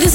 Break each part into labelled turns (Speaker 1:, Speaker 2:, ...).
Speaker 1: this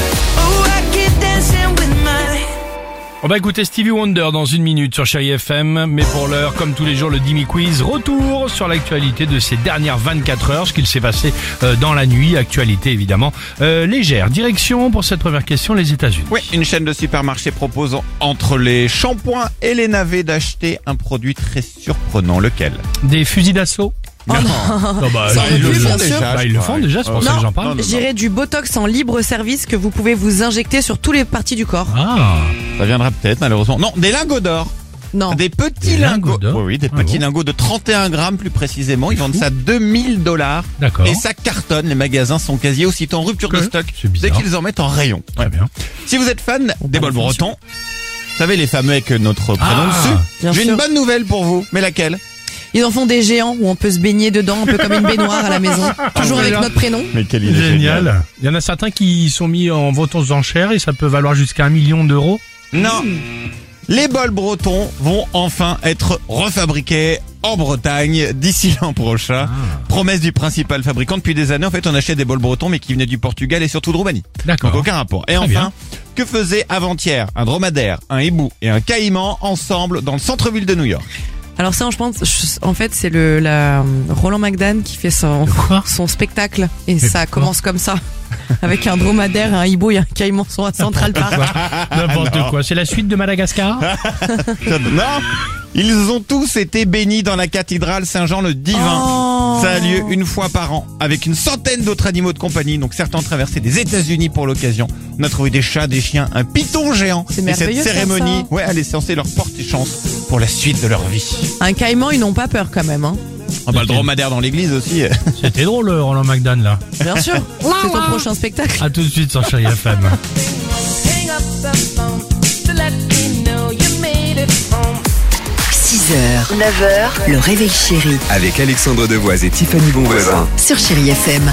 Speaker 2: On va écouter Stevie Wonder dans une minute sur Chéri FM, mais pour l'heure, comme tous les jours, le Dimi Quiz, retour sur l'actualité de ces dernières 24 heures, ce qu'il s'est passé euh, dans la nuit, actualité évidemment euh, légère. Direction pour cette première question, les États-Unis.
Speaker 3: Oui, une chaîne de supermarchés propose entre les shampoings et les navets d'acheter un produit très surprenant. Lequel
Speaker 2: Des fusils d'assaut.
Speaker 4: Oh
Speaker 2: Non, bah,
Speaker 3: Ça aurait
Speaker 2: ils,
Speaker 3: pu,
Speaker 2: le
Speaker 3: bien
Speaker 2: font
Speaker 3: sûr.
Speaker 2: déjà, Bah, ils le font déjà, c'est pour
Speaker 3: Non.
Speaker 2: ça que j'en parle.
Speaker 3: Non, non, non.
Speaker 4: J'irai du Botox en libre service que vous pouvez vous injecter sur tous les parties du corps.
Speaker 2: Ah,
Speaker 3: Ça viendra peut-être, malheureusement. Non, des lingots d'or.
Speaker 4: Non.
Speaker 3: Des petits
Speaker 2: Des lingots
Speaker 3: lingots.
Speaker 2: d'or
Speaker 3: Oui, oui, des
Speaker 2: Ah
Speaker 3: petits
Speaker 2: bon
Speaker 3: lingots de 31 grammes plus précisément. Ils vendent ça 2000 dollars.
Speaker 2: D'accord.
Speaker 3: Et ça cartonne. Les magasins sont quasi aussitôt en rupture de
Speaker 2: Que
Speaker 3: stock
Speaker 2: C'est
Speaker 3: dès
Speaker 2: bizarre.
Speaker 3: qu'ils en mettent en rayon.
Speaker 2: très
Speaker 3: Ouais.
Speaker 2: bien.
Speaker 3: Si vous êtes fan des
Speaker 2: parle
Speaker 3: bols
Speaker 2: de
Speaker 3: bretons, vous savez les fameux avec notre prénom
Speaker 2: Ah,
Speaker 4: bien
Speaker 3: dessus. J'ai
Speaker 4: sûr.
Speaker 3: une bonne nouvelle pour vous. Mais laquelle
Speaker 4: Ils en font des géants où on peut se baigner dedans, un peu comme une baignoire à la maison. Toujours avec
Speaker 2: voilà.
Speaker 4: notre prénom.
Speaker 3: Mais quelle
Speaker 2: Génial. Il y en a certains qui sont mis en vente aux enchères et ça peut valoir jusqu'à un million d'euros.
Speaker 3: Non. Les bols bretons vont enfin être refabriqués en Bretagne d'ici l'an prochain.
Speaker 2: Ah.
Speaker 3: Promesse du principal fabricant. Depuis des années, en fait, on achetait des bols bretons, mais qui venaient du Portugal et surtout de Roumanie.
Speaker 2: D'accord.
Speaker 3: Donc aucun rapport. Et enfin,
Speaker 2: bien.
Speaker 3: que faisaient avant-hier un dromadaire, un hibou et un caïman ensemble dans le centre-ville de New York
Speaker 4: Alors ça, je pense, je- en fait, c'est le la euh, Roland McDan qui fait son
Speaker 2: De quoi
Speaker 4: son spectacle et ça
Speaker 2: pourquoi
Speaker 4: commence comme ça, avec un dromadaire, un hibou et un caïman sont à Central Park.
Speaker 2: N'importe quoi. C'est la suite de Madagascar
Speaker 3: Non Ils ont tous été bénis dans la cathédrale Saint-Jean le Divin.
Speaker 4: Oh.
Speaker 3: Ça a lieu une fois par an, avec une centaine d'autres animaux de compagnie. Donc certains ont traversé des États-Unis pour l'occasion. On a trouvé des chats, des chiens, un python géant.
Speaker 4: C'est
Speaker 3: Et
Speaker 4: merveilleux
Speaker 3: cette
Speaker 4: de faire
Speaker 3: cérémonie,
Speaker 4: ça.
Speaker 3: ouais, elle est censée leur porter chance pour la suite de leur vie.
Speaker 4: Un caïman, ils n'ont pas peur quand même, hein.
Speaker 3: On parle de Ah bah, dromadaire dans l'église aussi.
Speaker 2: C'était drôle, euh, Roland McDan, là.
Speaker 4: Bien sûr. c'est ton prochain spectacle.
Speaker 2: A tout de suite sur Chéri FM.
Speaker 5: Hang up the phone to let me know you made it home.
Speaker 6: 6h, 9h, le réveil chéri
Speaker 7: Avec Alexandre Devoise et Tiffany Bonvoisin.
Speaker 6: sur Chérie FM.